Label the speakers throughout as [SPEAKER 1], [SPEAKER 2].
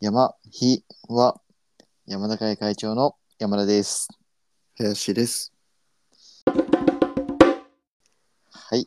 [SPEAKER 1] 山、ひ、は、山田会会長の山田です。
[SPEAKER 2] 林です。
[SPEAKER 1] はい。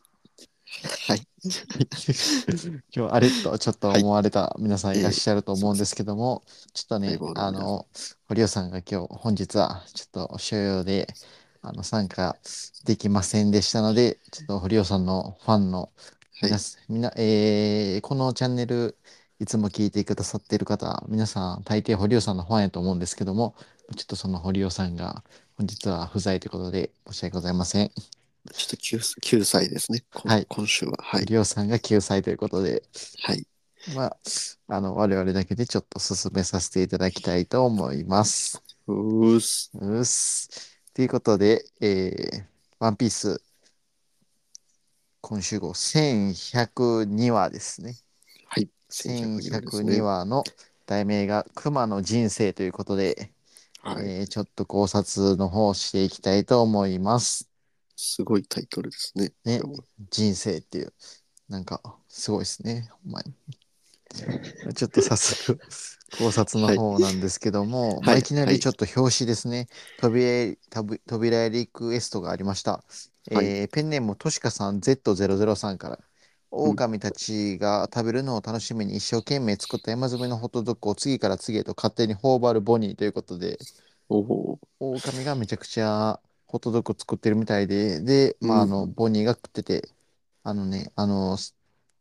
[SPEAKER 2] はい。
[SPEAKER 1] 今日、あれとちょっと思われた皆さんいらっしゃると思うんですけども、ちょっと
[SPEAKER 2] は
[SPEAKER 1] ね
[SPEAKER 2] い、ボール
[SPEAKER 1] あの、堀尾さんが今日、本日はちょっと所要で、あの、参加できませんでしたので、ちょっと堀尾さんのファンの
[SPEAKER 2] はい
[SPEAKER 1] 皆さん、みんな、えーこのチャンネル、いつも聞いてくださっている方、皆さん、大抵堀尾さんのファンやと思うんですけども、ちょっとその堀尾さんが、本日は不在ということで、申し訳ございません。
[SPEAKER 2] ちょっと救済救済ですね。こん
[SPEAKER 1] はい
[SPEAKER 2] 今週は。はい。
[SPEAKER 1] 堀尾さんが救済ということで、
[SPEAKER 2] はい。
[SPEAKER 1] まあ、あの、我々だけでちょっと進めさせていただきたいと思います。
[SPEAKER 2] うーす。
[SPEAKER 1] うっす。ということで、えー、ワンピース、今週号1102話ですね。
[SPEAKER 2] はい。ですね
[SPEAKER 1] 1102。話の題名が熊の人生ということで、
[SPEAKER 2] はい。
[SPEAKER 1] えーちょっと考察の方をしていきたいと思います。
[SPEAKER 2] すごいタイトルですね。
[SPEAKER 1] ね
[SPEAKER 2] でも
[SPEAKER 1] 人生っていう、なんか、すごいですね、ほんまに。 ちょっと早 速、考察の方なんですけども、
[SPEAKER 2] い
[SPEAKER 1] まあ
[SPEAKER 2] はい
[SPEAKER 1] いきなりちょっと表紙ですね、扉扉扉リクエストがありました。
[SPEAKER 2] はい
[SPEAKER 1] えーペンネームとしかさん Z003 さんから。狼たちが食べるのを楽しみに一生懸命作った山積みのホットドッグを次から次へと勝手に頬張るボニーということで、
[SPEAKER 2] おお。
[SPEAKER 1] 狼がめちゃくちゃホットドッグ作ってるみたいで、で、まあ、あの、
[SPEAKER 2] うん
[SPEAKER 1] ボニーが食ってて、あのね、あの、す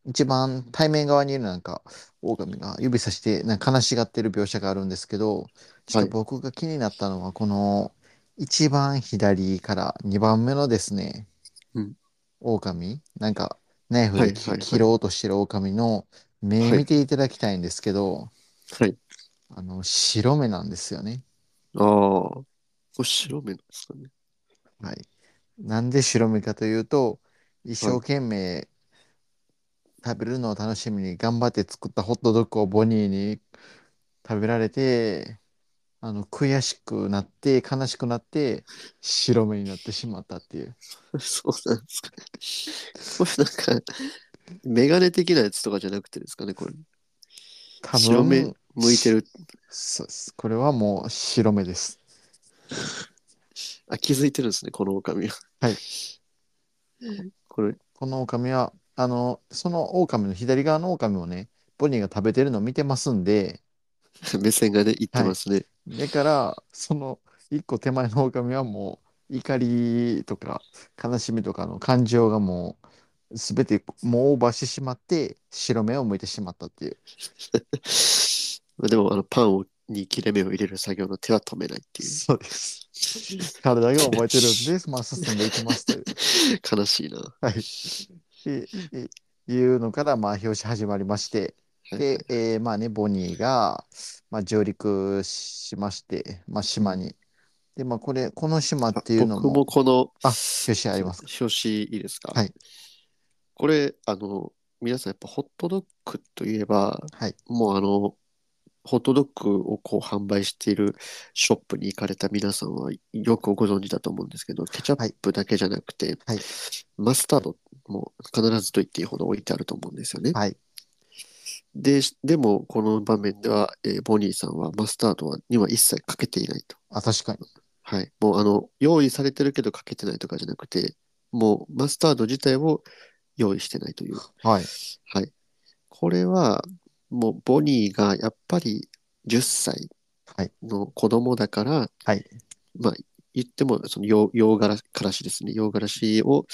[SPEAKER 1] 一番対面側にいるなんか、狼が指さして、なんか悲しがってる描写があるんですけど、ちょっ
[SPEAKER 2] はい
[SPEAKER 1] と僕が気になったのは、この、一番左から二番目のですね、
[SPEAKER 2] うん
[SPEAKER 1] 狼、なんか、ナイフ
[SPEAKER 2] は
[SPEAKER 1] で
[SPEAKER 2] い
[SPEAKER 1] き
[SPEAKER 2] はいはい
[SPEAKER 1] 切ろうとしてる狼の目
[SPEAKER 2] はい
[SPEAKER 1] 見ていただきたいんですけど、
[SPEAKER 2] はい。
[SPEAKER 1] あの、白目なんですよね。
[SPEAKER 2] ああ。これ白目なんですかね。
[SPEAKER 1] はい。なんで白身かというと、一生懸命食べるのを楽しみに頑張って作ったホットドッグをボニーに食べられて、あの、悔しくなって、悲しくなって、白目になってしまったっていう。
[SPEAKER 2] そうなんですかね。これなんか、メガネ的なやつとかじゃなくてですかね、これ。
[SPEAKER 1] 多
[SPEAKER 2] 白目
[SPEAKER 1] 分、
[SPEAKER 2] 向いてる。
[SPEAKER 1] そうですこれはもう白目です。
[SPEAKER 2] あ、気づいてるんですね、この狼は。
[SPEAKER 1] はい。
[SPEAKER 2] これ、
[SPEAKER 1] この狼は、あの、その狼の左側の狼をね、ボニーが食べてるのを見てますんで、
[SPEAKER 2] 目線がね、いってますね。
[SPEAKER 1] だからその一個手前の狼はもう怒りとか悲しみとかの感情がもう全てもうオーバーしてしまって白目を向いてしまったっていう
[SPEAKER 2] まあでもあのパンをに切れ目を入れる作業の手は止めないっていう
[SPEAKER 1] そうです体が覚えてるんで、まあ、進んでいきますという
[SPEAKER 2] 悲しいな。
[SPEAKER 1] はい。ででいうのから、まあ、表紙始まりまして、で、えーまあね、ボニーが、まあ、上陸しまして、まあ、島に。で、まあ、これ、この島
[SPEAKER 2] あ
[SPEAKER 1] っていうの
[SPEAKER 2] 僕も
[SPEAKER 1] も、
[SPEAKER 2] この
[SPEAKER 1] あ、表紙あります。
[SPEAKER 2] 表紙いいですか
[SPEAKER 1] はい。
[SPEAKER 2] これあの皆さんやっぱホットドッグといえば
[SPEAKER 1] はい。
[SPEAKER 2] もうあのホットドッグをこう販売しているショップに行かれた皆さんはよくご存知だと思うんですけどケチャップだけじゃなくて、
[SPEAKER 1] はい
[SPEAKER 2] マスタードも必ずと言っていいほど置いてあると思うんですよね。
[SPEAKER 1] はい。
[SPEAKER 2] ででもこの場面では、えーボニーさんはマスタードはには一切かけていないと。
[SPEAKER 1] あ、確かに。
[SPEAKER 2] はい、もうあの用意されてるけどかけてないとかじゃなくてもうマスタード自体を用意してないという、
[SPEAKER 1] はい。
[SPEAKER 2] はい、これはもうボニーがやっぱり10歳
[SPEAKER 1] はい
[SPEAKER 2] の子供だから、
[SPEAKER 1] はい
[SPEAKER 2] まあ言ってもその洋洋辛からしですね洋辛子を、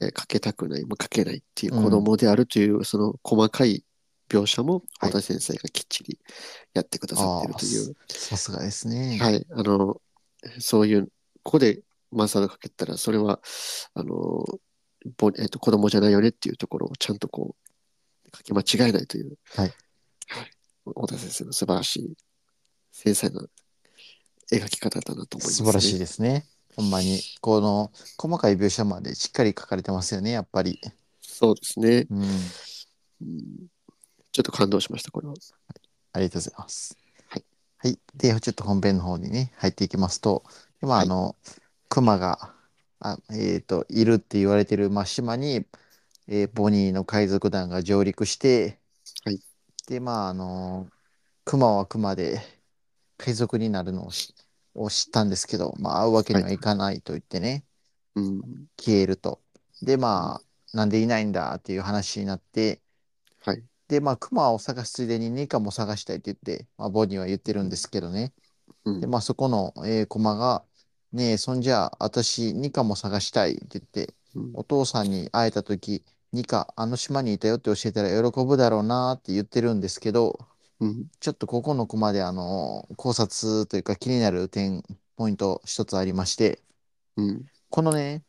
[SPEAKER 2] えーかけたくない、まあ、かけないっていう子供であるという、その細かい描写も
[SPEAKER 1] はい
[SPEAKER 2] 小田先生がきっちりやってくださってるという。
[SPEAKER 1] さすがですね。
[SPEAKER 2] はい、あの、そういう、ここでマサードかけたら、それは、あの、ぼえっと、子供じゃないよねっていうところをちゃんとこう、かけ間違えないという、
[SPEAKER 1] はい。
[SPEAKER 2] はい。小田先生の素晴らしい、繊細な描き方だなと思います、
[SPEAKER 1] 素晴らしい
[SPEAKER 2] い。
[SPEAKER 1] ですね。ほんまに、この細かい描写までしっかり書かれてますよね、やっぱり。
[SPEAKER 2] そうですね。
[SPEAKER 1] うん。
[SPEAKER 2] うんちょっと感動しました、これは。
[SPEAKER 1] ありがとうございます。
[SPEAKER 2] はい。
[SPEAKER 1] はい。で、ちょっと本編の方にね、入っていきますと、今、
[SPEAKER 2] はい
[SPEAKER 1] あの、熊が、あえっ、と、いるって言われてる、まあ、島に、えーボニーの海賊団が上陸して、
[SPEAKER 2] はい
[SPEAKER 1] で、まあ、あの、熊は熊で海賊になるのをしを知ったんですけど、まあ、会うわけにはいかないと言ってね、
[SPEAKER 2] うん。
[SPEAKER 1] 消えると。で、まあ、なんでいないんだっていう話になって、
[SPEAKER 2] はい。
[SPEAKER 1] で、まあ、熊を探すついでにニカも探したいって言って、まあ、ボニーは言ってるんですけどね。
[SPEAKER 2] うん
[SPEAKER 1] で、。まあ、そこの、えー、駒が、ねえ、そんじゃあ、私、ニカも探したいって言って、
[SPEAKER 2] うん
[SPEAKER 1] お父さんに会えたとき、ニカ、あの島にいたよって教えたら喜ぶだろうなって言ってるんですけど、
[SPEAKER 2] うん。
[SPEAKER 1] ちょっとここの駒で、あの、考察というか気になる点、ポイント一つありまして、
[SPEAKER 2] うん。
[SPEAKER 1] このね、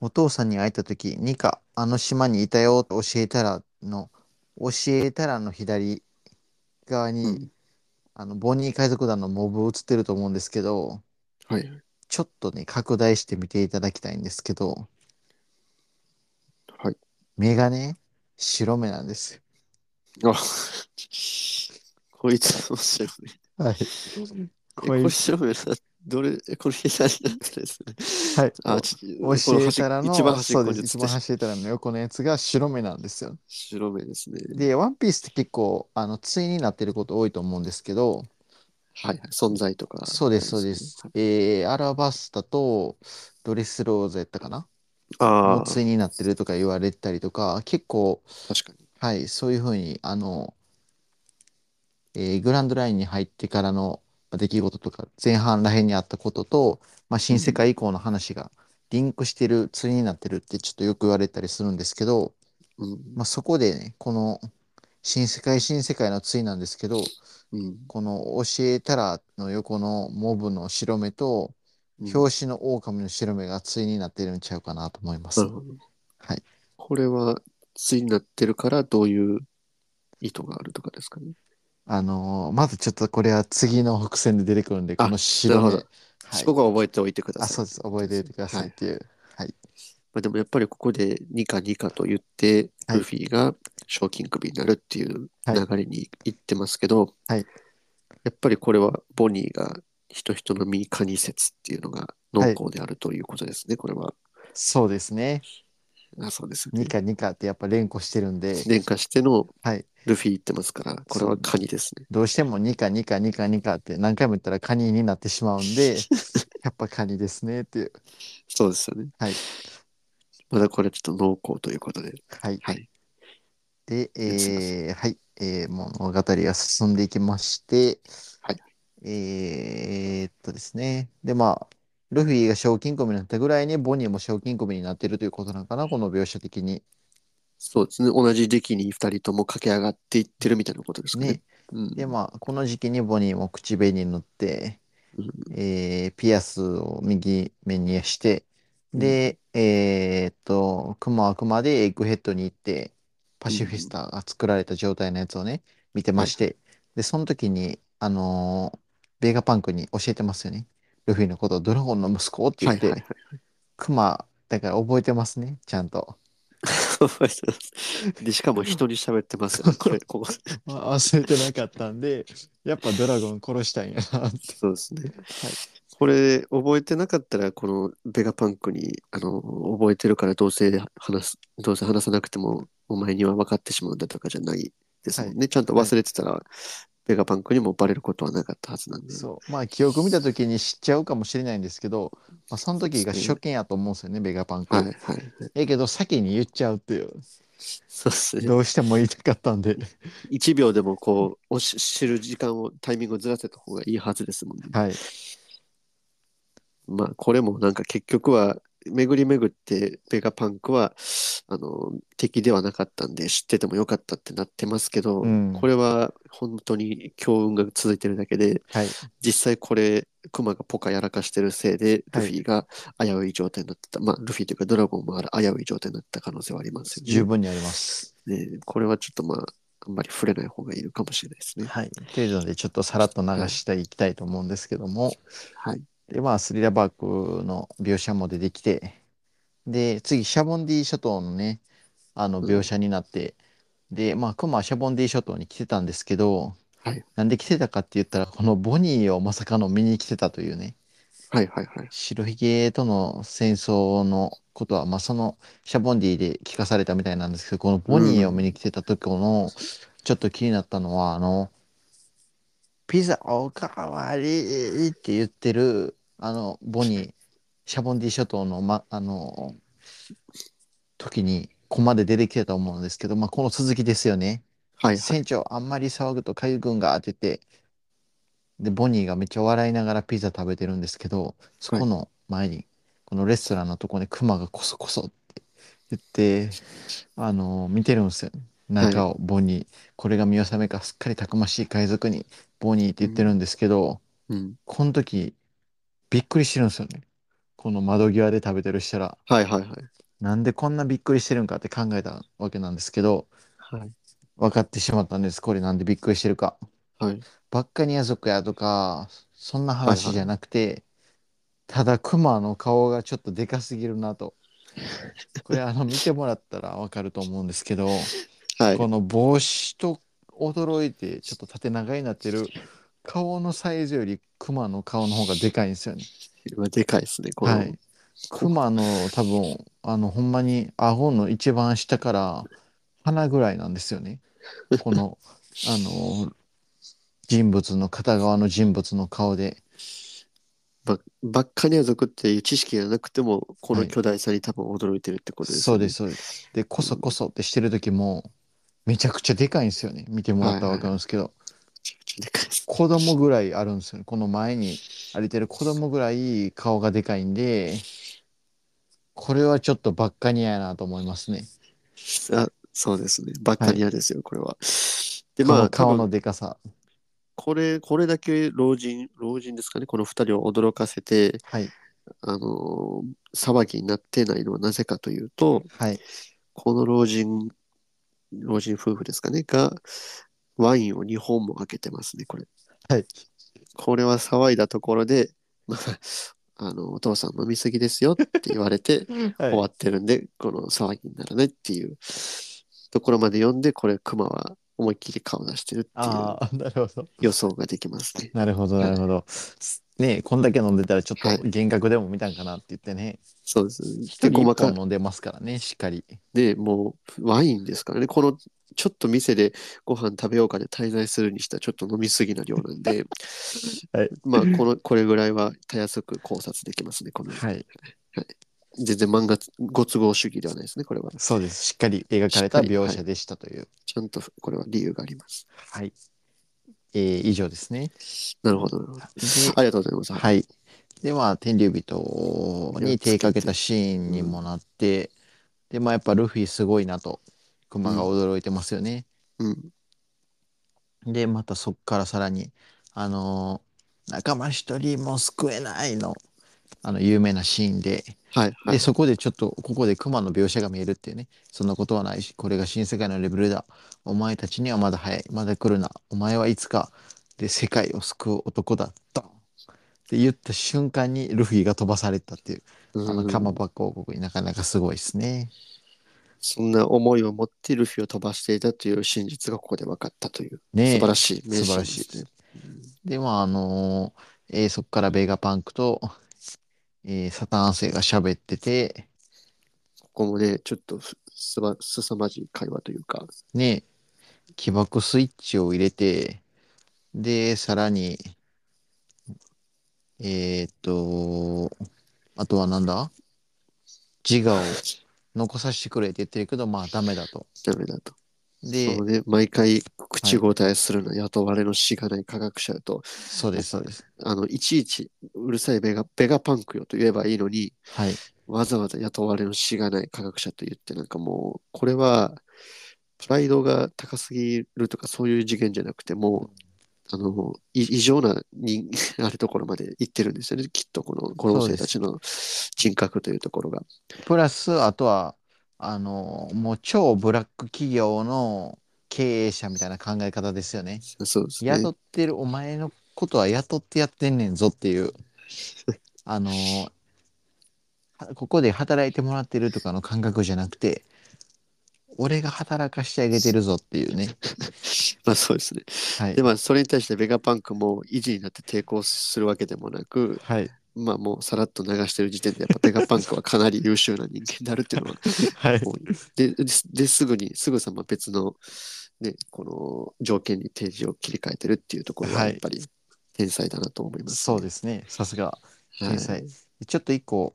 [SPEAKER 1] お父さんに会えたとき、ニカ、あの島にいたよって教えたらの、教えたらの左側に、
[SPEAKER 2] うん
[SPEAKER 1] あの、ボニー海賊団のモブ映ってると思うんですけど、
[SPEAKER 2] はい。
[SPEAKER 1] ちょっとね、拡大して見ていただきたいんですけど、
[SPEAKER 2] はい。
[SPEAKER 1] 目がね、白目なんです
[SPEAKER 2] あ こいつ面白いね。
[SPEAKER 1] よ。はい。
[SPEAKER 2] えこれ白目さ、どれ、えこれ左だったですね。
[SPEAKER 1] はい。
[SPEAKER 2] あ、ちこの
[SPEAKER 1] 教えたらの、
[SPEAKER 2] 端っ一番端
[SPEAKER 1] そ
[SPEAKER 2] っ
[SPEAKER 1] う
[SPEAKER 2] こ
[SPEAKER 1] で
[SPEAKER 2] に
[SPEAKER 1] す。
[SPEAKER 2] 映っ
[SPEAKER 1] 一
[SPEAKER 2] て
[SPEAKER 1] 番端っこの横のやつが白目なんですよ。
[SPEAKER 2] 白目ですね。
[SPEAKER 1] で、ワンピースって結構、あの、対になってること多いと思うんですけど、
[SPEAKER 2] はいはい。存在とか。
[SPEAKER 1] そうです、そうです。。えー、アラバスタとドレスローズやったかな
[SPEAKER 2] あ
[SPEAKER 1] の
[SPEAKER 2] あ、
[SPEAKER 1] 対になってるとか言われたりとか、結構、
[SPEAKER 2] 確かに。
[SPEAKER 1] はい、そういうふうに、あの、えーグランドラインに入ってからのまあ出来事とか、前半らへんにあったことと、まあ、新世界以降の話がリンクしてる、対になってるってちょっとよく言われたりするんですけど、
[SPEAKER 2] うん。
[SPEAKER 1] まあ、そこでね、この、新世界、新世界の対なんですけど、
[SPEAKER 2] うん。
[SPEAKER 1] この教えたらの横のモブの白目と、
[SPEAKER 2] うん
[SPEAKER 1] 表紙の狼の白目が対になってるんちゃうかなと思います。
[SPEAKER 2] なるほど。
[SPEAKER 1] はい。
[SPEAKER 2] これは、対になってるから、どういう意図があるとかですかね。
[SPEAKER 1] あのーまずちょっとこれは次の伏線で出てくるんで、
[SPEAKER 2] あ
[SPEAKER 1] この白
[SPEAKER 2] な
[SPEAKER 1] 目。
[SPEAKER 2] るほ
[SPEAKER 1] は
[SPEAKER 2] ど
[SPEAKER 1] い
[SPEAKER 2] そこは覚えておいてくだ
[SPEAKER 1] あ、
[SPEAKER 2] さい。
[SPEAKER 1] そうです。覚えておいてくださいっていう。はい。
[SPEAKER 2] まあ、でもやっぱりここでニカニカと言って、
[SPEAKER 1] はい
[SPEAKER 2] ルフィが賞金首になるっていう
[SPEAKER 1] はい
[SPEAKER 2] 流れに行ってますけど、
[SPEAKER 1] はい
[SPEAKER 2] やっぱりこれはボニーが人々の身カニ説っていうのが濃厚であるということですね、これは。
[SPEAKER 1] そうですね。
[SPEAKER 2] あそうですね
[SPEAKER 1] ニ。カニカってやっぱ連呼してるんで、
[SPEAKER 2] 年化しての
[SPEAKER 1] はい。
[SPEAKER 2] ルフィ言ってますから、これはカニですね。
[SPEAKER 1] どうしてもニカニカニカニカって何回も言ったらカニになってしまうん で、やっぱカニですねっていう。
[SPEAKER 2] そうですよね。
[SPEAKER 1] はい
[SPEAKER 2] まだこれちょっと濃厚ということで。
[SPEAKER 1] はい。
[SPEAKER 2] はい。
[SPEAKER 1] で、えーはい、えー物語が進んでいきまして、
[SPEAKER 2] はい。
[SPEAKER 1] えーっとですね。で、まあ、ルフィが賞金込みになったぐらいに、ボニーも賞金込みになってるということなのかな、この描写的に。
[SPEAKER 2] そうですね。同じ出来に2人とも駆け上がっていってるみたいなことですかね。
[SPEAKER 1] ね。
[SPEAKER 2] うん、
[SPEAKER 1] で、まあ、この時期にボニーも口紅塗って、
[SPEAKER 2] うん
[SPEAKER 1] えーピアスを右目にして、で、えーっと、クマはクマでエッグヘッドに行って、パシフィスタが作られた状態のやつをね、見てまして、で、その時に、あのーベーガパンクに教えてますよね。ルフィのことをドラゴンの息子って言
[SPEAKER 2] はい
[SPEAKER 1] っ
[SPEAKER 2] はいはい
[SPEAKER 1] て、。クマ、だから覚えてますね、ちゃんと。
[SPEAKER 2] 覚えてますで、しかも人に喋ってますよね。これ、ここ。
[SPEAKER 1] あ忘れてなかったんで、やっぱドラゴン殺したんやなって。
[SPEAKER 2] そうですね。これ、覚えてなかったら、このベガパンクに、あの、覚えてるからどうせ話す、どうせ話さなくても、お前には分かってしまうんだとかじゃないですもんね。ちゃんと忘れてたら、ベガパンクにもバレることはなかったはずなんで。
[SPEAKER 1] そう。まあ、記憶見た時に知っちゃうかもしれないんですけど、まあ、その時が初見やと思うんですよね、ベガパンク。
[SPEAKER 2] はいはい。
[SPEAKER 1] ええけど、先に言っちゃうっていう。
[SPEAKER 2] そうですね。
[SPEAKER 1] どうしても言いたかったんで。
[SPEAKER 2] 1秒でもこう、おし知る時間を、タイミングをずらせた方がいいはずですもんね。
[SPEAKER 1] はい。
[SPEAKER 2] まあこれもなんか結局は巡り巡ってベガパンクはあの敵ではなかったんで知っててもよかったってなってますけど、
[SPEAKER 1] うん
[SPEAKER 2] これは本当に強運が続いてるだけで
[SPEAKER 1] はい。
[SPEAKER 2] 実際これクマがポカやらかしてるせいで
[SPEAKER 1] は
[SPEAKER 2] ル
[SPEAKER 1] い
[SPEAKER 2] フィが危うい状態になってた、まあルフィというかドラゴンもある危うい状態になった可能性はありますよね
[SPEAKER 1] 十分にあります。
[SPEAKER 2] ねこれはちょっとまああんまり触れない方がいいのかもしれないですね。
[SPEAKER 1] はい。というので、ちょっとさらっと流していきたいと思うんですけども、
[SPEAKER 2] はい。
[SPEAKER 1] で、まあ、スリラバークの描写も出てきて、で、次、シャボンディ諸島のね、あの
[SPEAKER 2] うん
[SPEAKER 1] 描写になって、で、まあ、クマはシャボンディ諸島に来てたんですけど、
[SPEAKER 2] はい
[SPEAKER 1] なんで来てたかって言ったら、このボニーをまさかの見に来てたというね、
[SPEAKER 2] はいはいはい。
[SPEAKER 1] 白ひげとの戦争のことは、まあ、そのシャボンディで聞かされたみたいなんですけど、このボニーを見に来てた時の、ちょっと気になったのは、あの、ピザおかわりって言ってる、あの、ボニー、シャボンディ諸島の、ま、あの、時に、ここまで出てきたと思うんですけど、まあ、この続きですよね。
[SPEAKER 2] はいはい。
[SPEAKER 1] 船長、あんまり騒ぐと海軍が当てて、で、ボニーがめっちゃ笑いながらピザ食べてるんですけど、そこの前に、このレストランのとこにクマがコソコソって言って、あの見てるんですよ。中をボニー、これが見納めか、すっかりたくましい海賊に、ボニーって言ってるんですけど、
[SPEAKER 2] うん。
[SPEAKER 1] この時、びっくりしてるんですよね。この窓際で食べてるしたら、
[SPEAKER 2] はいはいはい。
[SPEAKER 1] なんでこんなびっくりしてるんかって考えたわけなんですけど、
[SPEAKER 2] はい。
[SPEAKER 1] 分かってしまったんです。これなんでびっくりしてるか。
[SPEAKER 2] はい。
[SPEAKER 1] ばっかにや族やとか、そんな話じゃなくて、ただクマの顔がちょっとでかすぎるなと。これあの見てもらったらわかると思うんですけど、
[SPEAKER 2] はい。
[SPEAKER 1] この帽子と驚いてちょっと縦長になってる顔のサイズよりクマの顔の方がでかいんですよね。
[SPEAKER 2] まあでかいですね、この。
[SPEAKER 1] はい。クマの多分、あの、ほんまに顎の一番下から鼻ぐらいなんですよね。こ の、あの、人物の片側の人物の顔で。
[SPEAKER 2] ばバッカニア族っていう知識がなくても、この巨大さに多分驚いてるってことです
[SPEAKER 1] そ
[SPEAKER 2] よ
[SPEAKER 1] う
[SPEAKER 2] ね、
[SPEAKER 1] です、そうです。で、こそこそってしてる時も、めちゃくちゃでかいんですよね。見てもらったらわかるんですけど、
[SPEAKER 2] めちゃくちゃでかいです。
[SPEAKER 1] 子供ぐらいあるんですよね。この前に歩いてる子供ぐらい顔がでかいんで、これはちょっとばっかにやなと思いますね。
[SPEAKER 2] あ、そうですね。バッカニアですよ、これは。で、
[SPEAKER 1] こ
[SPEAKER 2] まあ、
[SPEAKER 1] の顔
[SPEAKER 2] 多
[SPEAKER 1] の
[SPEAKER 2] 分
[SPEAKER 1] でかさ。
[SPEAKER 2] これ、これだけ老人、老人ですかね、この二人を驚かせて、
[SPEAKER 1] はい。
[SPEAKER 2] あのー騒ぎになってないのはなぜかというと、
[SPEAKER 1] はい。
[SPEAKER 2] この老人、老人夫婦ですかね、が、ワインを2本も開けてますね、これ。
[SPEAKER 1] はい。
[SPEAKER 2] これは騒いだところで、まあ、あの、お父さん飲みすぎですよって言われて、
[SPEAKER 1] はい
[SPEAKER 2] 終わってるんで、この騒ぎにならないっていうところまで読んで、これ、クマは思いっきり顔出してるっていう
[SPEAKER 1] ああ、 なるほど。
[SPEAKER 2] 予想ができますね。
[SPEAKER 1] なるほど、なるほど。ねえこんだけ飲んでたらちょっと
[SPEAKER 2] はい
[SPEAKER 1] 幻覚でも見たんかなって言ってね。
[SPEAKER 2] そうです。
[SPEAKER 1] 一
[SPEAKER 2] で、
[SPEAKER 1] 人
[SPEAKER 2] 細
[SPEAKER 1] 一
[SPEAKER 2] か
[SPEAKER 1] 本飲んでますからね、しっかり。
[SPEAKER 2] で、もうワインですからね、このちょっと店でご飯食べようかで滞在するにしたらちょっと飲みすぎな量なんで、
[SPEAKER 1] はい
[SPEAKER 2] まあこの、これぐらいはたやすく考察できますね、この
[SPEAKER 1] はい。
[SPEAKER 2] 全然漫画ご都合主義ではないですね、これは。
[SPEAKER 1] そうです。しっかり描かれた描写でしたという。
[SPEAKER 2] ちゃんとこれは理由があります。
[SPEAKER 1] はい。えー以上ですね。
[SPEAKER 2] なるほど、なるほど。
[SPEAKER 1] で
[SPEAKER 2] ありがとうございます。
[SPEAKER 1] はい。で、まあ、天竜人に手かけたシーンにもなって、で、まあ、やっぱルフィすごいなと、熊が驚いてますよね。
[SPEAKER 2] うん。
[SPEAKER 1] で、またそっからさらに、あのー仲間一人も救えないの、あの、有名なシーンで、
[SPEAKER 2] はい、は
[SPEAKER 1] で、
[SPEAKER 2] い。
[SPEAKER 1] そこでちょっと、ここで熊の描写が見えるっていうね、そんなことはないし、これが新世界のレベルだ。お前たちにはまだ早い。まだ来るな。お前はいつか、で、世界を救う男だ。ドンって言った瞬間に、ルフィが飛ばされたっていう、あの、
[SPEAKER 2] うん
[SPEAKER 1] カマバック王国になかなかすごいですね。
[SPEAKER 2] そんな思いを持ってルフィを飛ばしていたという真実がここで分かったという、
[SPEAKER 1] ねえ
[SPEAKER 2] 素晴らしい名シーンですね。
[SPEAKER 1] 素晴らしいで、まあ、あのーえーそこからベガパンクと、えーサタン星が喋ってて、
[SPEAKER 2] ここもね、ちょっとすすばすさまじい会話というか、
[SPEAKER 1] ね、起爆スイッチを入れて、で、さらに、えーっと、あとはなんだ自我を残させてくれって言ってるけど、まあダメだと。
[SPEAKER 2] ダメだと。
[SPEAKER 1] で
[SPEAKER 2] そう、ね、毎回口答えするの、雇われのしがない科学者と、
[SPEAKER 1] そうです、そうです。
[SPEAKER 2] あの、いちいちうるさいベガベガパンクよと言えばいいのに、
[SPEAKER 1] はい。
[SPEAKER 2] わざわざ雇われのしがない科学者と言って、なんかもう、これは、プライドが高すぎるとか、そういう次元じゃなくて、もう、あの、い異常な人 あるところまで行ってるんですよね、きっと、この、この生たちの人格というところが。
[SPEAKER 1] プラス、あとは、あの、もう超ブラック企業の経営者みたいな考え方ですよね。
[SPEAKER 2] そうですね
[SPEAKER 1] 雇。ってる、お前のことは雇ってやってんねんぞって いう、あのーはここで働いてもらってるとかの感覚じゃなくて、俺が働かしてあげてるぞっていうね。
[SPEAKER 2] まあそうですね。
[SPEAKER 1] はい
[SPEAKER 2] で。まあそれに対してベガパンクも維持になって抵抗するわけでもなく、
[SPEAKER 1] はい。
[SPEAKER 2] まあもうさらっと流してる時点でやっぱベガパンクはかなり 優秀な人間であるっていうのは
[SPEAKER 1] はい
[SPEAKER 2] もうでですですぐにすぐさま別のね、この条件に提示を切り替えてるっていうところは
[SPEAKER 1] はい
[SPEAKER 2] やっぱり天才だなと思います、
[SPEAKER 1] そうですね。さすが。
[SPEAKER 2] はい
[SPEAKER 1] 天才。ちょっと一個、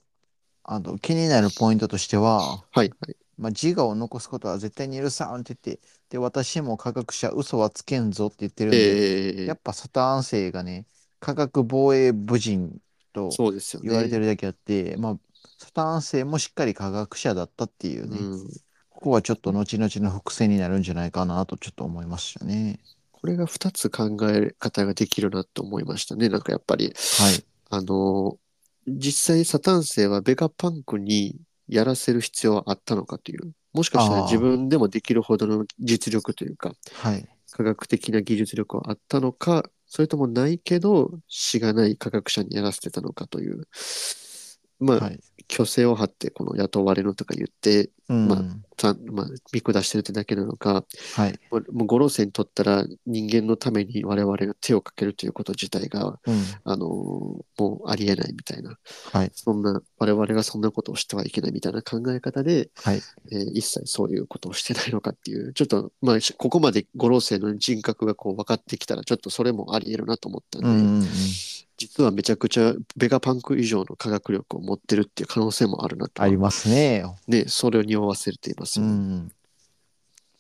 [SPEAKER 1] あの、気になるポイントとしては、
[SPEAKER 2] はい、はい。
[SPEAKER 1] まあ、自我を残すことは絶対に許さんって言って、で、私も科学者、嘘はつけんぞって言ってるんで、
[SPEAKER 2] え
[SPEAKER 1] やっぱサターン星がね、科学防衛武人と
[SPEAKER 2] ー、そうですよね。
[SPEAKER 1] 言われて
[SPEAKER 2] る
[SPEAKER 1] るだけあって、まあ、サターン星もしっかり科学者だったっていうね、
[SPEAKER 2] うん。
[SPEAKER 1] ここはちょっと後々の伏線になるんじゃないかなとちょっと思いましたね。
[SPEAKER 2] これが2つ考え方ができるなと思いましたね。なんかやっぱり、
[SPEAKER 1] はい。
[SPEAKER 2] あの、実際サタン星はベガパンクにやらせる必要はあったのかという。もしかしたら
[SPEAKER 1] あー
[SPEAKER 2] 自分でもできるほどの実力というか、
[SPEAKER 1] はい。
[SPEAKER 2] 科学的な技術力はあったのか、それともないけど、しがない科学者にやらせてたのかという。まあ、
[SPEAKER 1] はい。
[SPEAKER 2] 虚勢を張って、この雇われのとか言って、
[SPEAKER 1] うん。
[SPEAKER 2] まちゃんまあ、見下してるってだけなのか、
[SPEAKER 1] はい。
[SPEAKER 2] もうもう五老星にとったら人間のために我々が手をかけるということ自体が、
[SPEAKER 1] うん。
[SPEAKER 2] あのーもうありえないみたいな、
[SPEAKER 1] はい。
[SPEAKER 2] そんな、我々がそんなことをしてはいけないみたいな考え方で、
[SPEAKER 1] はい。
[SPEAKER 2] えー一切そういうことをしてないのかっていう、ちょっと、まあ、しここまで五老星の人格がこう分かってきたら、ちょっとそれもありえるなと思ったんで、
[SPEAKER 1] うんうんうん。
[SPEAKER 2] 実はめちゃくちゃベガパンク以上の科学力を持ってるっていう可能性もあるなと。
[SPEAKER 1] ありますね。
[SPEAKER 2] ね、それを匂わせています
[SPEAKER 1] う
[SPEAKER 2] よね。
[SPEAKER 1] ん。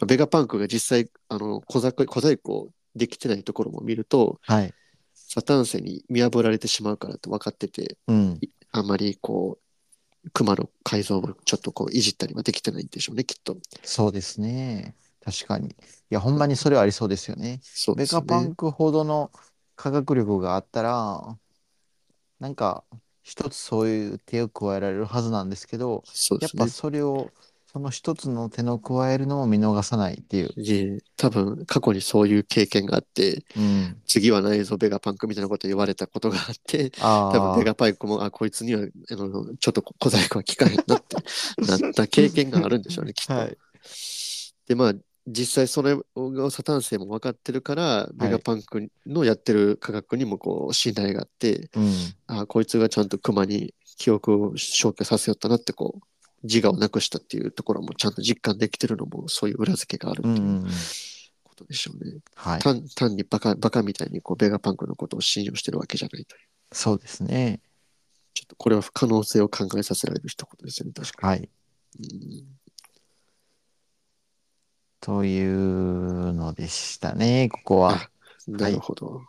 [SPEAKER 2] ベガパンクが実際、あの、小細工、小細工をできてないところも見ると、
[SPEAKER 1] はい。
[SPEAKER 2] サタン星に見破られてしまうからって分かってて、
[SPEAKER 1] うん。
[SPEAKER 2] あんまりこう、熊の改造もちょっとこう、いじったりはできてないんでしょうね、きっと。
[SPEAKER 1] そうですね。確かに。いや、ほんまにそれはありそうですよね。
[SPEAKER 2] そうで
[SPEAKER 1] ベ
[SPEAKER 2] すよ
[SPEAKER 1] ガ
[SPEAKER 2] ね。
[SPEAKER 1] パンクほどの科学力があったら、なんか、一つそういう手を加えられるはずなんですけど、
[SPEAKER 2] そうで
[SPEAKER 1] やっ
[SPEAKER 2] す
[SPEAKER 1] ぱ
[SPEAKER 2] ね。
[SPEAKER 1] それを、その一つの手の加えるのも見逃さないっていう。
[SPEAKER 2] で多分、過去にそういう経験があって、
[SPEAKER 1] うん。
[SPEAKER 2] 次はないぞ、ベガパンクみたいなこと言われたことがあって、多分、
[SPEAKER 1] あ
[SPEAKER 2] ベガパンクも、あ、こいつには、あの、ちょっと小細工は効かへんなってなった経験があるんでしょうね、き
[SPEAKER 1] あ。
[SPEAKER 2] っと。
[SPEAKER 1] はい。
[SPEAKER 2] でまあ実際それをサタン星も分かってるからベガパンクのやってる科学にもこう信頼があって、
[SPEAKER 1] うん。
[SPEAKER 2] あこいつがちゃんとクマに記憶を消去させよったなってこう自我をなくしたっていうところもちゃんと実感できてるのもそういう裏付けがあるって
[SPEAKER 1] うんう
[SPEAKER 2] いうん
[SPEAKER 1] うん。
[SPEAKER 2] ことでしょうね。
[SPEAKER 1] はい。
[SPEAKER 2] 単単にバカバカみたいにこうベガパンクのことを信用してるわけじゃないという。
[SPEAKER 1] そうですね。
[SPEAKER 2] ちょっとこれは可能性を考えさせられる一言ですよね、確か
[SPEAKER 1] はい。
[SPEAKER 2] に。
[SPEAKER 1] というのでしたね、ここは。
[SPEAKER 2] うんなるほど。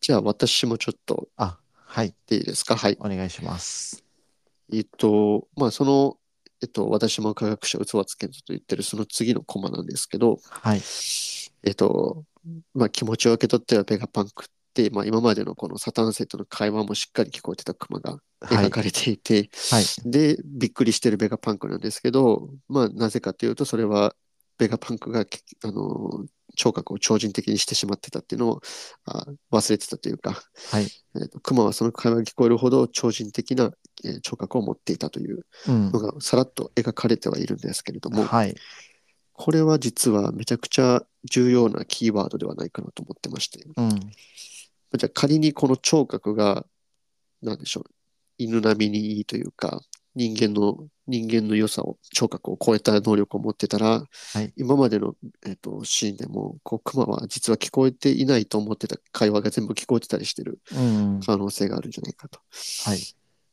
[SPEAKER 2] じゃあ私もちょっと
[SPEAKER 1] あ、はい。
[SPEAKER 2] でいいですかはい。
[SPEAKER 1] お願いします。
[SPEAKER 2] えっと、まあ、その、えっと、私も科学者、器つけんぞと言ってる、その次のコマなんですけど、
[SPEAKER 1] はい。
[SPEAKER 2] えっと、まあ、気持ちを受け取ってはベガパンクって、まあ、今までのこのサタン星との会話もしっかり聞こえてたクマが
[SPEAKER 1] はい
[SPEAKER 2] 描。かれていて、
[SPEAKER 1] はい。
[SPEAKER 2] で、びっくりしてるベガパンクなんですけど、まあ、なぜかというと、それは、ベガパンクが、けあの、聴覚を超人的にしてしまってたっていうのをあ忘れてたというか、
[SPEAKER 1] はい。
[SPEAKER 2] えっと、クマはその会話が聞こえるほど超人的な、えー聴覚を持っていたという
[SPEAKER 1] うん
[SPEAKER 2] の。がさらっと描かれてはいるんですけれども、
[SPEAKER 1] はい。
[SPEAKER 2] これは実はめちゃくちゃ重要なキーワードではないかなと思ってまして、
[SPEAKER 1] うん。
[SPEAKER 2] じゃあ仮にこの聴覚が、なんでしょう、犬並みにいいというか、人間の、人間の良さを、聴覚を超えた能力を持ってたら、
[SPEAKER 1] はい
[SPEAKER 2] 今までの、えっとシーンでも、こう、クマは実は聞こえていないと思ってた会話が全部聞こえてたりしてる
[SPEAKER 1] うん。
[SPEAKER 2] 可能性があるんじゃないかと。
[SPEAKER 1] はい。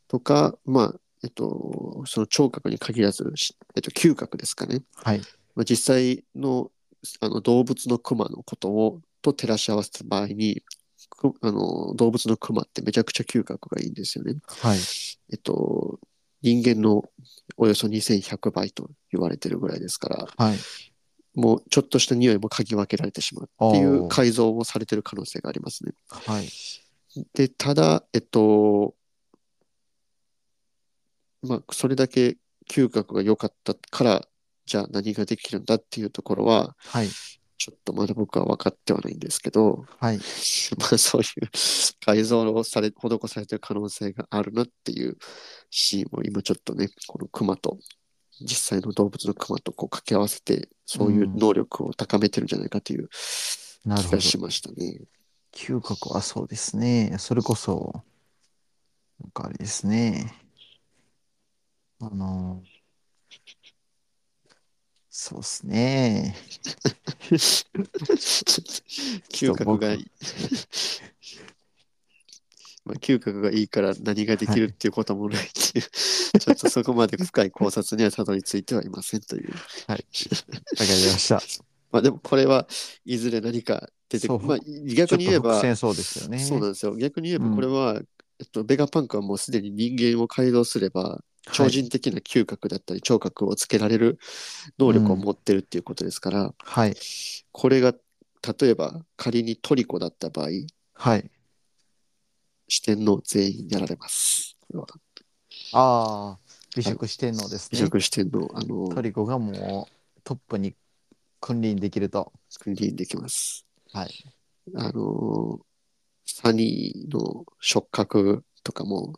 [SPEAKER 2] とか、まあ、えっと、その聴覚に限らず、しえっと、嗅覚ですかね。
[SPEAKER 1] はい。
[SPEAKER 2] まあ、実際のあの動物のクマのことをと照らし合わせた場合にくあの動物のクマってめちゃくちゃ嗅覚がいいんですよね。
[SPEAKER 1] はい。
[SPEAKER 2] えっと人間のおよそ2100倍と言われてるぐらいですから
[SPEAKER 1] はい。
[SPEAKER 2] もうちょっとした匂いも嗅ぎ分けられてしまうってい
[SPEAKER 1] お
[SPEAKER 2] う
[SPEAKER 1] ー
[SPEAKER 2] 改造をされてる可能性がありますね。
[SPEAKER 1] はい。
[SPEAKER 2] でただえっとまあそれだけ嗅覚が良かったからじゃあ何ができるんだっていうところは
[SPEAKER 1] はい。
[SPEAKER 2] ちょっとまだ僕は分かってはないんですけど、
[SPEAKER 1] はい。
[SPEAKER 2] まあそういう改造をされ、施されてる可能性があるなっていうシーンを今ちょっとね、このクマと、実際の動物のクマとこう掛け合わせて、そういう能力を高めてるんじゃないかという
[SPEAKER 1] なる
[SPEAKER 2] 気
[SPEAKER 1] ほど
[SPEAKER 2] が。しましたね。
[SPEAKER 1] 嗅覚はそうですね。それこそ、なんかあれですね。あの、そうっすね。
[SPEAKER 2] 嗅覚がいい。 まあ、嗅覚がいいから何ができるっていうこともないっていう、ちょっとそこまで深い考察にはたどり着いてはいませんという。
[SPEAKER 1] わかりました。
[SPEAKER 2] まあでもこれはいずれ何か出てく
[SPEAKER 1] そう
[SPEAKER 2] る。まあ 逆に言
[SPEAKER 1] ち
[SPEAKER 2] え
[SPEAKER 1] ょっと
[SPEAKER 2] ば
[SPEAKER 1] 伏、線そうですよね。
[SPEAKER 2] そうなんですよ。逆に言え
[SPEAKER 1] う
[SPEAKER 2] ば
[SPEAKER 1] ん
[SPEAKER 2] これは、えっと、ベガパンクはもうすでに人間を改造すれば、超人的な嗅覚だったり聴覚をつけられる能力を持ってるっていうことですから、
[SPEAKER 1] はい。
[SPEAKER 2] これが例えば仮にトリコだった場合
[SPEAKER 1] はい。はい。
[SPEAKER 2] 四天王全員やられます。これ
[SPEAKER 1] あ
[SPEAKER 2] は
[SPEAKER 1] あ、美食四天王です
[SPEAKER 2] 美
[SPEAKER 1] ね。
[SPEAKER 2] 食四天王、あの
[SPEAKER 1] トリコがもうトップに君臨できると。
[SPEAKER 2] スクリーンできます。
[SPEAKER 1] はい。
[SPEAKER 2] あのサニーの触覚とかも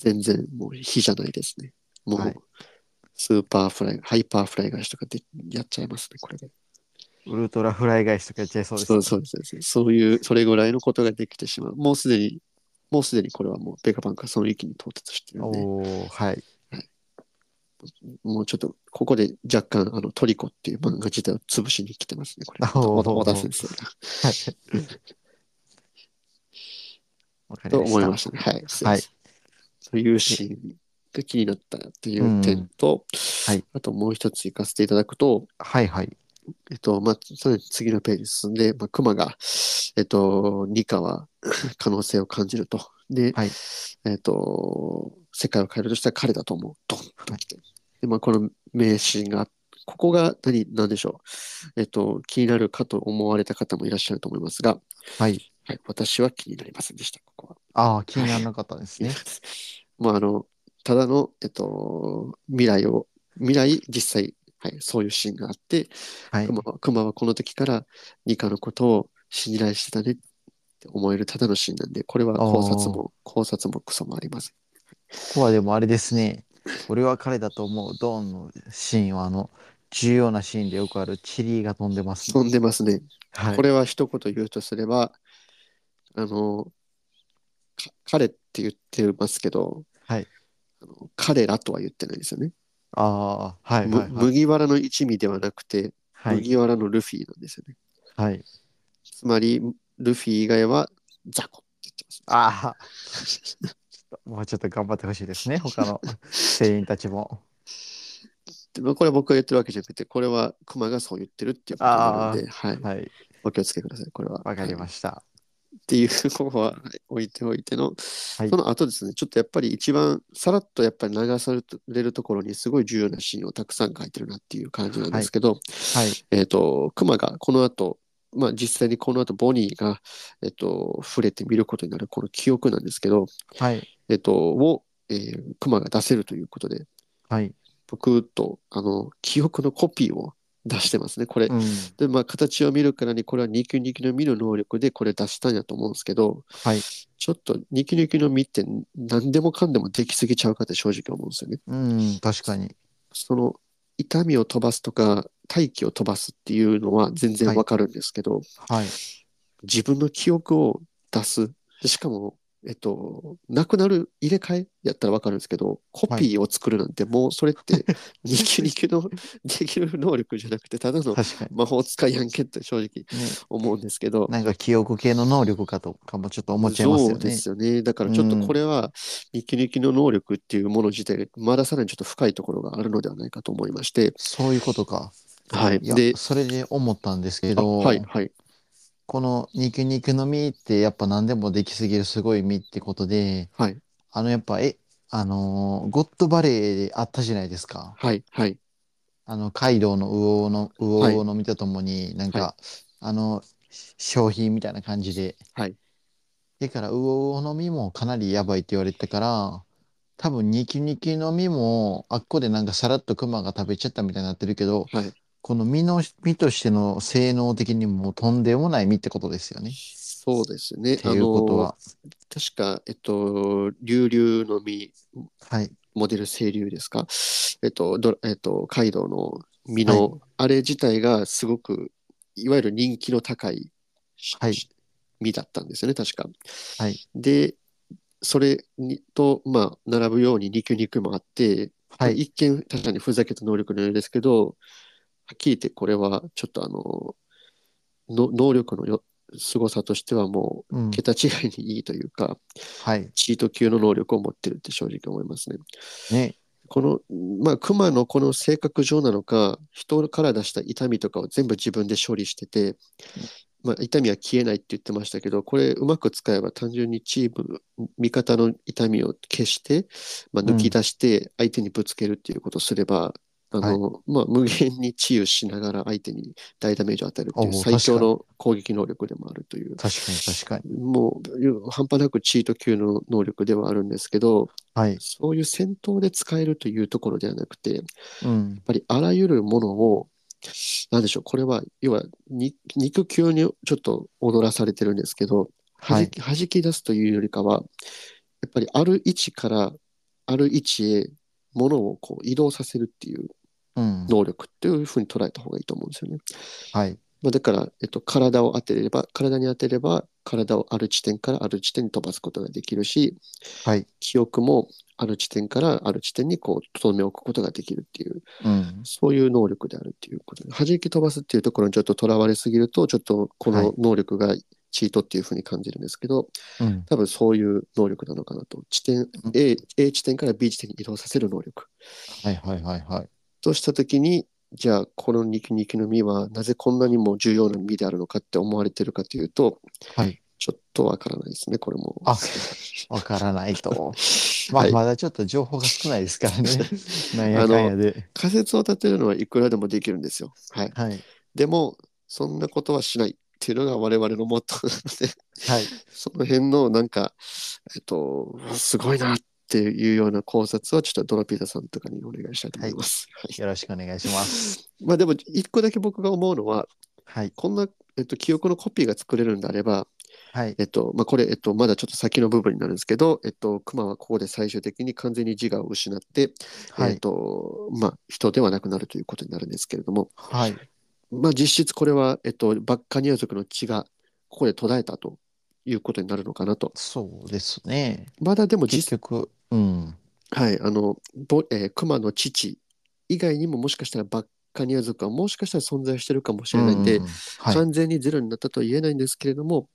[SPEAKER 2] 全然もう非じゃないですね。もう、
[SPEAKER 1] はい
[SPEAKER 2] スーパーフライ、ハイパーフライ返しとかでやっちゃいますね、これで。
[SPEAKER 1] ウルトラフライ返しとかやっちゃいそうです。
[SPEAKER 2] そうそうですそうですそういう、それぐらいのことができてしまう。もうすでに、もうすでにこれはもうベガパンがその域に到達してるんで、
[SPEAKER 1] おおはい。
[SPEAKER 2] もうちょっとここで若干あのトリコっていう漫画自体を潰しに来てますね、これ。
[SPEAKER 1] おー
[SPEAKER 2] 小田先生が。
[SPEAKER 1] わかり
[SPEAKER 2] と
[SPEAKER 1] ました。
[SPEAKER 2] 思いましたね。はい。すませんというシーンが気になったという点と、
[SPEAKER 1] はい
[SPEAKER 2] あともう一つ行かせていただくと、
[SPEAKER 1] はいはい。
[SPEAKER 2] えっと、まあ、さらに次のページに進んで、まあ、クマが、えっと、ニカは 可能性を感じると。で、
[SPEAKER 1] はい
[SPEAKER 2] えっと、世界を変えるとしたら彼だと思う。ドンと来て。で、まあ、この名シーンが、ここが何、なんでしょう。えっと、気になるかと思われた方もいらっしゃると思いますが、
[SPEAKER 1] はい。
[SPEAKER 2] はい、私は気になりませんでした、ここは。
[SPEAKER 1] ああ、気にならなかったですね。
[SPEAKER 2] まあ、あの、ただの、えっと、未来を、未来、実際、はい、そういうシーンがあって、
[SPEAKER 1] はい。
[SPEAKER 2] 熊 は熊はこの時からニカのことを信頼してたねって思えるただのシーンなんで、これは考察も、考察もクソもありません。
[SPEAKER 1] ここはでもあれですね。俺は彼だと思うドーンのシーンはあの重要なシーンでよくあるチリが飛んでます、
[SPEAKER 2] 飛んでますね。
[SPEAKER 1] はい
[SPEAKER 2] こ。れは一言言うとすれば、あの、か彼って言ってますけど、
[SPEAKER 1] はい
[SPEAKER 2] あの彼らとは言ってないですよね。
[SPEAKER 1] ああ、はい
[SPEAKER 2] む
[SPEAKER 1] はいはい。
[SPEAKER 2] 麦わらの一味ではなくて、
[SPEAKER 1] はい。
[SPEAKER 2] 麦わらのルフィなんですよね。
[SPEAKER 1] はい、
[SPEAKER 2] つまり、ルフィ以外はザコって言ってます。
[SPEAKER 1] ああ。 もうちょっと頑張ってほしいですね。他の店員たちも。
[SPEAKER 2] でまあこれは僕が言ってるわけじゃなくて、これは熊がそう言ってるっていうことなので、はい、
[SPEAKER 1] はい。
[SPEAKER 2] お気をつけください、これは。
[SPEAKER 1] わかりま
[SPEAKER 2] し
[SPEAKER 1] した。
[SPEAKER 2] た。っていう、ここははい置いておいての、
[SPEAKER 1] はい
[SPEAKER 2] その後ですね、ちょっとやっぱり一番さらっとやっぱり流されるところにすごい重要なシーンをたくさん書いてるなっていう感じなんですけど、
[SPEAKER 1] はい。
[SPEAKER 2] えっ、と、熊がこの後、まあ実際にこの後ボニーが、えっと、触れて見ることになるこの記憶なんですけど、
[SPEAKER 1] はい。
[SPEAKER 2] えっと、を、えー、熊が出せるということで、
[SPEAKER 1] はい。
[SPEAKER 2] 僕とあの記憶のコピーを出してますねこれ、
[SPEAKER 1] うん。
[SPEAKER 2] でまあ形を見るからにこれはニキニキの見る能力でこれ出したんやと思うんですけど
[SPEAKER 1] はい。
[SPEAKER 2] ちょっとニキニキの見って何でもかんでもできすぎちゃうかって正直思うんですよね
[SPEAKER 1] うん。確かに。
[SPEAKER 2] その痛みを飛ばすとか大気を飛ばすっていうのは全然わかるんですけど、
[SPEAKER 1] はい。
[SPEAKER 2] 自分の記憶を出すしかもえっと、なくなる入れ替えやったらわかるんですけどコピーを作るなんてもうそれってニキニキのできる能力じゃなくてただの
[SPEAKER 1] 確か
[SPEAKER 2] 魔法使いやんけって正直
[SPEAKER 1] に。ね。
[SPEAKER 2] 思うんですけど
[SPEAKER 1] なんか記憶系の能力かとかもちょっと思っちゃいます
[SPEAKER 2] そ
[SPEAKER 1] よ
[SPEAKER 2] うで
[SPEAKER 1] ね。
[SPEAKER 2] すよねだからちょっとこれはニキニキの能力っていうもの自体がまださらにちょっと深いところがあるのではないかと思いまして
[SPEAKER 1] そういうことか。
[SPEAKER 2] はい
[SPEAKER 1] いや
[SPEAKER 2] で
[SPEAKER 1] それで思ったんですけ
[SPEAKER 2] あ
[SPEAKER 1] ど、
[SPEAKER 2] はいはい
[SPEAKER 1] この肉肉の実ってやっぱ何でもできすぎるすごい実ってことで、
[SPEAKER 2] はい
[SPEAKER 1] あのやっぱ、え、あのーゴッドバレーであったじゃないですか。
[SPEAKER 2] はいはい
[SPEAKER 1] あの、カイドウの魚王の、魚王の実とともに、なんか、
[SPEAKER 2] は
[SPEAKER 1] あの、商品みたいな感じで。
[SPEAKER 2] はい
[SPEAKER 1] だから、魚王の実もかなりやばいって言われてたから、多分、ニキニキの実も、あっこでなんかさらっとクマが食べちゃったみたいになってるけど、
[SPEAKER 2] はい
[SPEAKER 1] この実の、実としての性能的にもとんでもない実ってことですよね。
[SPEAKER 2] そうですね
[SPEAKER 1] っていうことは。
[SPEAKER 2] あの確かえっと龍々の実
[SPEAKER 1] はい。
[SPEAKER 2] モデル清流ですかえっとどえっとカイドウの実の、あれ自体がすごくいわゆる人気の高いし、
[SPEAKER 1] はい
[SPEAKER 2] 実だったんですよね確か
[SPEAKER 1] はい。
[SPEAKER 2] で、それにと、まあ、並ぶように肉肉もあって、
[SPEAKER 1] はい。
[SPEAKER 2] 一見確かにふざけた能力のようですけど、っきり言ってこれはちょっとあの、の能力のよ凄さとしてはも
[SPEAKER 1] うん
[SPEAKER 2] う、桁違いにいいというか、
[SPEAKER 1] はい。
[SPEAKER 2] チート級の能力を持ってるって正直思いますね。
[SPEAKER 1] ね。
[SPEAKER 2] この、まあ、熊のこの性格上なのか、人から出した痛みとかを全部自分で処理してて、まあ、痛みは消えないって言ってましたけど、これうまく使えば単純にチーム、味方の痛みを消して、まあ、
[SPEAKER 1] うん
[SPEAKER 2] 抜き出して相手にぶつけるっていうことをすれば、あの、まあ、無限に治癒しながら相手に大ダメージを与えるって
[SPEAKER 1] お
[SPEAKER 2] いう
[SPEAKER 1] う
[SPEAKER 2] 最強の攻撃能力でもあるという。
[SPEAKER 1] 確かに確かに。
[SPEAKER 2] もう半端なくチート級の能力ではあるんですけど、
[SPEAKER 1] はい。
[SPEAKER 2] そういう戦闘で使えるというところではなくて、やっ
[SPEAKER 1] うん。
[SPEAKER 2] ぱりあらゆるものを、なんでしょう、これは、要はに肉球にちょっと踊らされてるんですけど、
[SPEAKER 1] は
[SPEAKER 2] 弾
[SPEAKER 1] い。
[SPEAKER 2] き弾き出すというよりかは、やっぱりある位置からある位置へ物をこう移動させるっていう
[SPEAKER 1] うん。
[SPEAKER 2] 能力っていうふうに捉えた方がいいと思うんですよね。
[SPEAKER 1] はい。
[SPEAKER 2] まあ、だから、えっと、体を当てれば、体に当てれば、体をある地点からある地点に飛ばすことができるし、
[SPEAKER 1] はい。
[SPEAKER 2] 記憶もある地点からある地点にこう、留め置くことができるっていう、
[SPEAKER 1] うん。
[SPEAKER 2] そういう能力であるっていうことで、弾き飛ばすっていうところにちょっととらわれすぎると、ちょっとこ
[SPEAKER 1] はい
[SPEAKER 2] の能力がチートっていうふうに感じるんですけど、
[SPEAKER 1] うん。
[SPEAKER 2] 多分そういう能力なのかなと。地点
[SPEAKER 1] うん、
[SPEAKER 2] A、A 地点から B 地点に移動させる能力。
[SPEAKER 1] はいはいはいはい。
[SPEAKER 2] としたときに、じゃあ、このニキニキの実はなぜこんなにも重要な実であるのかって思われてるかというと、
[SPEAKER 1] はい。
[SPEAKER 2] ちょっとわからないですね、これも。
[SPEAKER 1] あ、わからないと。まあ、
[SPEAKER 2] はい
[SPEAKER 1] まだちょっと情報が少ないですから ね。なん
[SPEAKER 2] あ
[SPEAKER 1] や
[SPEAKER 2] の
[SPEAKER 1] かんやで。
[SPEAKER 2] 仮説を立てるのはいくらでもできるんですよ。はい。
[SPEAKER 1] はい。
[SPEAKER 2] でも、そんなことはしないっていうのが我々のモットーなので、
[SPEAKER 1] はい。
[SPEAKER 2] その辺のなんか、えっと、すごいなっていうような考察はちょっとドラピータさんとかにお願いしたいと思います。はい
[SPEAKER 1] よろしくお願いします。
[SPEAKER 2] まあでも、一個だけ僕が思うのは、
[SPEAKER 1] はい。
[SPEAKER 2] こんな、えっと、記憶のコピーが作れるんであれば、
[SPEAKER 1] はい。
[SPEAKER 2] えっと、まあ、これ、えっと、まだちょっと先の部分になるんですけど、えっと、熊はここで最終的に完全に自我を失って、
[SPEAKER 1] は
[SPEAKER 2] えっ
[SPEAKER 1] い。
[SPEAKER 2] と、まあ、人ではなくなるということになるんですけれども、
[SPEAKER 1] はい。
[SPEAKER 2] まあ、実質これは、えっと、バッカニア族の血がここで途絶えたということになるのかなと。
[SPEAKER 1] そうですね。
[SPEAKER 2] まだでも
[SPEAKER 1] 結
[SPEAKER 2] 実、
[SPEAKER 1] 局、うん。
[SPEAKER 2] はい、あの、ぼえー熊の父以外にももしかしたらバッカニア族はもしかしたら存在してるかもしれないんで、
[SPEAKER 1] うんはい。
[SPEAKER 2] 完全にゼロになったとは言えないんですけれども、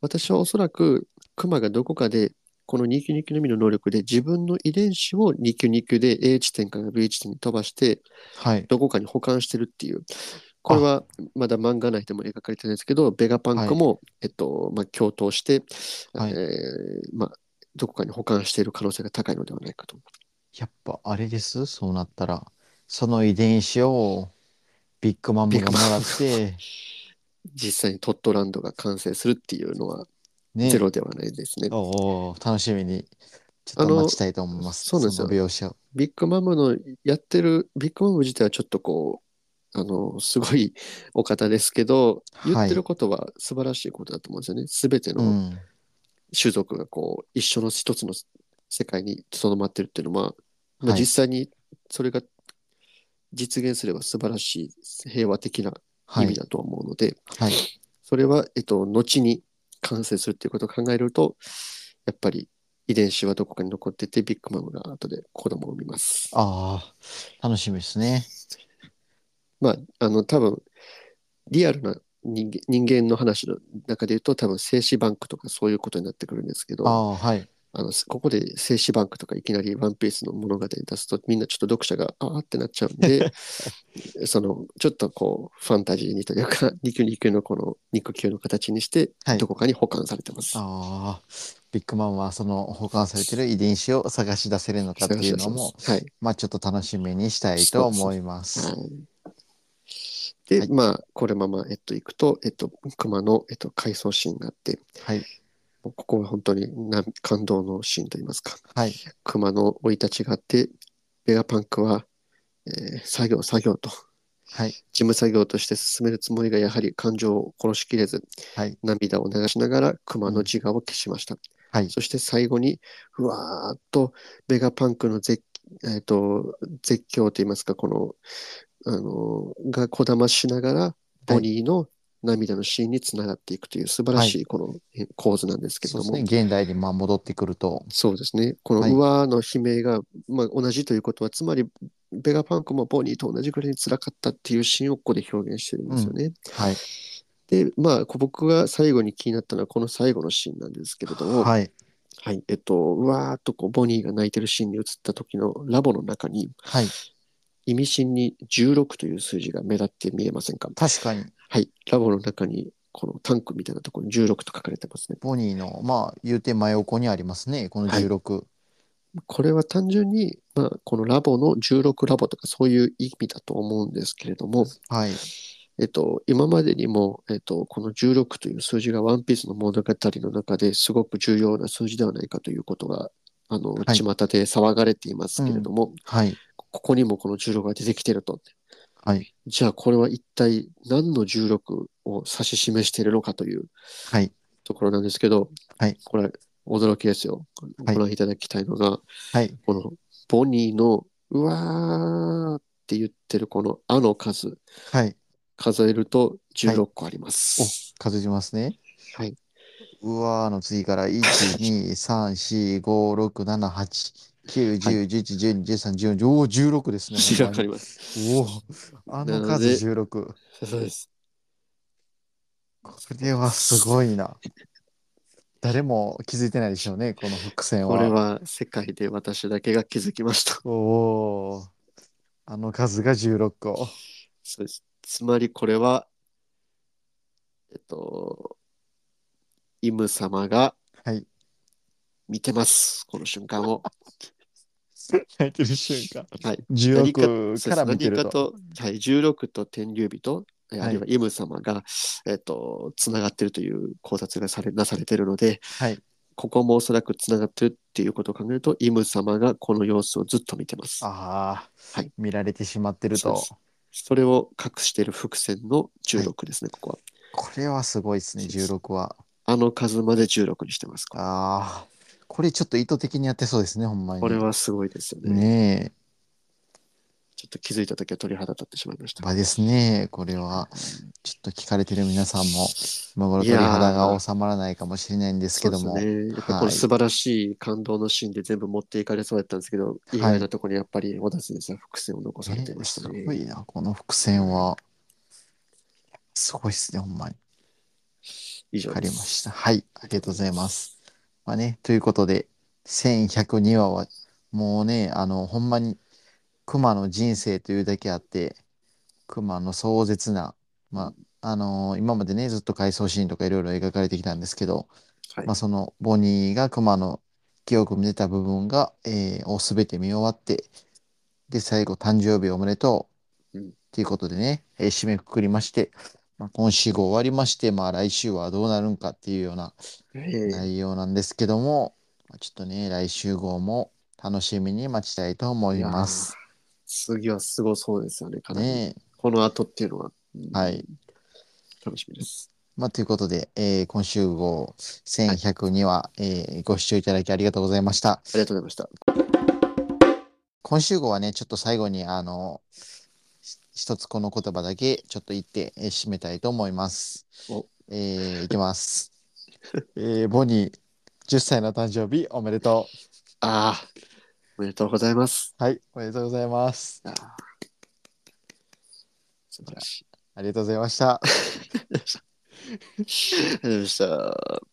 [SPEAKER 2] 私はおそらくクマがどこかでこの2級2級のみの能力で自分の遺伝子を2級2級で A 地点から B 地点に飛ばして
[SPEAKER 1] はい。
[SPEAKER 2] どこかに保管してるっていう。これはまだ漫画内でも描かれてないですけど、ベガパンクも、えっと、まあ、共闘して、
[SPEAKER 1] はい
[SPEAKER 2] えーまあ、どこかに保管している可能性が高いのではないかと。
[SPEAKER 1] やっぱあれですそうなったら。その遺伝子をビッグマムがもらって、
[SPEAKER 2] 実際にトットランドが完成するっていうのは
[SPEAKER 1] ね。
[SPEAKER 2] ゼロではないですね。
[SPEAKER 1] おお、楽しみに。ちょっと待ちたいと思います。
[SPEAKER 2] あのそうなんですよ
[SPEAKER 1] の描写を。
[SPEAKER 2] ビッグマムのやってる、ビッグマム自体はちょっとこう、あの、すごいお方ですけど、
[SPEAKER 1] はい
[SPEAKER 2] 言ってることは素晴らしいことだと思うんですよね。すべて
[SPEAKER 1] う
[SPEAKER 2] の
[SPEAKER 1] ん。
[SPEAKER 2] 種族がこう、一緒の一つの世界に留まってるっていうのは、まあ
[SPEAKER 1] はい
[SPEAKER 2] 実際にそれが実現すれば素晴らしい平和的な
[SPEAKER 1] は
[SPEAKER 2] 意
[SPEAKER 1] い
[SPEAKER 2] 味。だとは思うので、
[SPEAKER 1] はい。
[SPEAKER 2] それは、えっと、後に完成するっていうことを考えると、やっぱり遺伝子はどこかに残ってて、ビッグマムが後で子供を産みます。
[SPEAKER 1] ああ、楽しみですね。
[SPEAKER 2] まあ、あの、多分、リアルな人間人間の話の中で言うと、多分、精子バンクとかそういうことになってくるんですけど、
[SPEAKER 1] あ
[SPEAKER 2] あ
[SPEAKER 1] あ、はい。
[SPEAKER 2] の、ここで精子バンクとかいきなりワンピースの物語に出すと、みんなちょっと読者が、あーってなっちゃうんで、 その、ちょっとこう、ファンタジーにというか、肉肉のこの肉球の形にして
[SPEAKER 1] はい、
[SPEAKER 2] どこかに保管されてます。
[SPEAKER 1] ああ、ビッグマンはその保管されてる遺伝子を探し出せるのかっていうのも、
[SPEAKER 2] はい。
[SPEAKER 1] まあちょっと楽しみにしたいと思います。
[SPEAKER 2] はいで、
[SPEAKER 1] はい
[SPEAKER 2] まあ、これまま、えっと、行くと、えっと、熊の、えっと、回想シーンがあって、
[SPEAKER 1] はい。
[SPEAKER 2] もうここは本当にな感動のシーンといいますか。
[SPEAKER 1] はい。
[SPEAKER 2] 熊の生い立ちがあって、ベガパンクは、えー作業作業と、
[SPEAKER 1] はい。
[SPEAKER 2] 事務作業として進めるつもりがやはり感情を殺しきれず、
[SPEAKER 1] はい。
[SPEAKER 2] 涙を流しながら熊の自我を消しました。
[SPEAKER 1] はい。
[SPEAKER 2] そして最後に、うわーっと、ベガパンクの絶,、えー、と絶叫といいますか、この、あのーがこだましながら、ボニーの涙のシーンにつながっていくという素晴らしいこのえ構図なんですけれ
[SPEAKER 1] そ
[SPEAKER 2] ど
[SPEAKER 1] うです
[SPEAKER 2] も、
[SPEAKER 1] ね。現代にまあ戻ってくると。
[SPEAKER 2] そうですね。この
[SPEAKER 1] はい
[SPEAKER 2] 「うわ」の悲鳴が、まあ、同じということは、つまり、ベガパンクもボニーと同じくらいに辛かったっていうシーンをここで表現してるんですよね。
[SPEAKER 1] はい。
[SPEAKER 2] で、まあ、こ僕が最後に気になったのは、この最後のシーンなんですけれども、はい、
[SPEAKER 1] はい。
[SPEAKER 2] えっと、うわーっとこうボニーが泣いてるシーンに映った時のラボの中に、
[SPEAKER 1] はい。
[SPEAKER 2] 意味深に16という数字が目立って見えませんか
[SPEAKER 1] 確かに、
[SPEAKER 2] はい、ラボの中に、このタンクみたいなところに16と書かれてますね。
[SPEAKER 1] ボニーの、まあ、言うて真横にありますね。この16。
[SPEAKER 2] これは単純に、まあ、このラボの16ラボとかそういう意味だと思うんですけれども、
[SPEAKER 1] はい。
[SPEAKER 2] えっと、今までにも、えっと、この16という数字がワンピースの物語の中ですごく重要な数字ではないかということが、あの、
[SPEAKER 1] はい
[SPEAKER 2] 巷で騒がれていますけれども、
[SPEAKER 1] はい。
[SPEAKER 2] ここにもこの16が出てきてると。
[SPEAKER 1] はい。
[SPEAKER 2] じゃあこれは一体何の16を指し示しているのかという
[SPEAKER 1] はい。
[SPEAKER 2] ところなんですけど、
[SPEAKER 1] はい
[SPEAKER 2] これ驚きですよ。
[SPEAKER 1] はい
[SPEAKER 2] ご覧いただきたいのが、
[SPEAKER 1] はい。
[SPEAKER 2] このボニーのうわーって言ってるこの「あ」の数
[SPEAKER 1] はい。
[SPEAKER 2] 数えると16個あります。
[SPEAKER 1] 数えますね。
[SPEAKER 2] はい、
[SPEAKER 1] うわーの次から、1、2、3、4、5、6、7、8、9、10、11、12、13、14、おー16ですね。
[SPEAKER 2] 16
[SPEAKER 1] ほんま
[SPEAKER 2] あ
[SPEAKER 1] に
[SPEAKER 2] ります。
[SPEAKER 1] おーあの数16。
[SPEAKER 2] そうです。
[SPEAKER 1] これはすごいな。誰も気づいてないでしょうね、この伏線は。
[SPEAKER 2] これは世界で私だけが気づきました。
[SPEAKER 1] おーあの数が16個。
[SPEAKER 2] そうです。つまりこれは、えっと、イム様が
[SPEAKER 1] はい。
[SPEAKER 2] 見てます。この瞬間を。
[SPEAKER 1] 泣いてる瞬間。
[SPEAKER 2] はい。何か
[SPEAKER 1] 16から見てる
[SPEAKER 2] 何か
[SPEAKER 1] と。
[SPEAKER 2] と、はい、16と天竜人、え
[SPEAKER 1] はい
[SPEAKER 2] あるいはイム様が、えっと、つながってるという考察がされなされているので、
[SPEAKER 1] はい。
[SPEAKER 2] ここもおそらくつながってるっていうことを考えると、イム様がこの様子をずっと見てます。
[SPEAKER 1] ああ、
[SPEAKER 2] はい
[SPEAKER 1] 見られてしまってる
[SPEAKER 2] そうで
[SPEAKER 1] と
[SPEAKER 2] す。それを隠している伏線の16ですね、ここは。
[SPEAKER 1] これはすごいですね、16は。
[SPEAKER 2] あの数まで16にしてます。こ
[SPEAKER 1] ああ、これちょっと意図的にやってそうですね、ほんまに。
[SPEAKER 2] れはすごいですよね。
[SPEAKER 1] ね
[SPEAKER 2] ちょっと気づいたときは鳥肌立ってしまいまし
[SPEAKER 1] え、
[SPEAKER 2] た。
[SPEAKER 1] 場ですね、これは。ちょっと聞かれてる皆さんも、今頃鳥肌が収まらないかもしれないんですけども。
[SPEAKER 2] そうですね。やっぱこ
[SPEAKER 1] は
[SPEAKER 2] の
[SPEAKER 1] い
[SPEAKER 2] 素晴らしい感動のシーンで全部持っていかれそうだったんですけど、意外なところにやっぱり小田先生は伏線を残されていました
[SPEAKER 1] え
[SPEAKER 2] ね。
[SPEAKER 1] ーすごいな、この伏線は。すごいっすね、ほんまに。
[SPEAKER 2] 以上
[SPEAKER 1] わか
[SPEAKER 2] で。
[SPEAKER 1] りますした。はい、ありがとうございます。まあね、ということで、1102話は、もうね、あの、ほんまに、熊の人生というだけあって、熊の壮絶な、まあ、あのー今までね、ずっと回想シーンとかいろいろ描かれてきたんですけど、
[SPEAKER 2] はい
[SPEAKER 1] まあ、その、ボニーが熊の記憶を見てた部分が、えーをすべて見終わって、で、最後、誕生日おめでとう。
[SPEAKER 2] うん
[SPEAKER 1] ということでね、えー締めくくりまして、まあ、今週が終わりまして、まあ来週はどうなるんかっていうような
[SPEAKER 2] え
[SPEAKER 1] 内容なんですけども、まあちょっとね、来週号も楽しみに待ちたいと思
[SPEAKER 2] ー
[SPEAKER 1] います。。
[SPEAKER 2] 次はすごそうですよね、かなり。
[SPEAKER 1] ね
[SPEAKER 2] この後っていうのは、うん
[SPEAKER 1] はい。
[SPEAKER 2] 楽しみです。
[SPEAKER 1] まあ、ということで、えー今週号1102話、えーご視聴いただきありがとうございました。
[SPEAKER 2] ありがとうございました。
[SPEAKER 1] 今週号はね、ちょっと最後に、あの、ひ一つこの言葉だけちょっと言って、えー締めたいと思います
[SPEAKER 2] お。
[SPEAKER 1] えーいきます。 えーボニー、10歳の誕生日おめでと
[SPEAKER 2] ああ、おめでとうございます。
[SPEAKER 1] う。はい、おめでとうございます。
[SPEAKER 2] あー素晴らしい。
[SPEAKER 1] ありがとうございました。
[SPEAKER 2] ありがとうございました。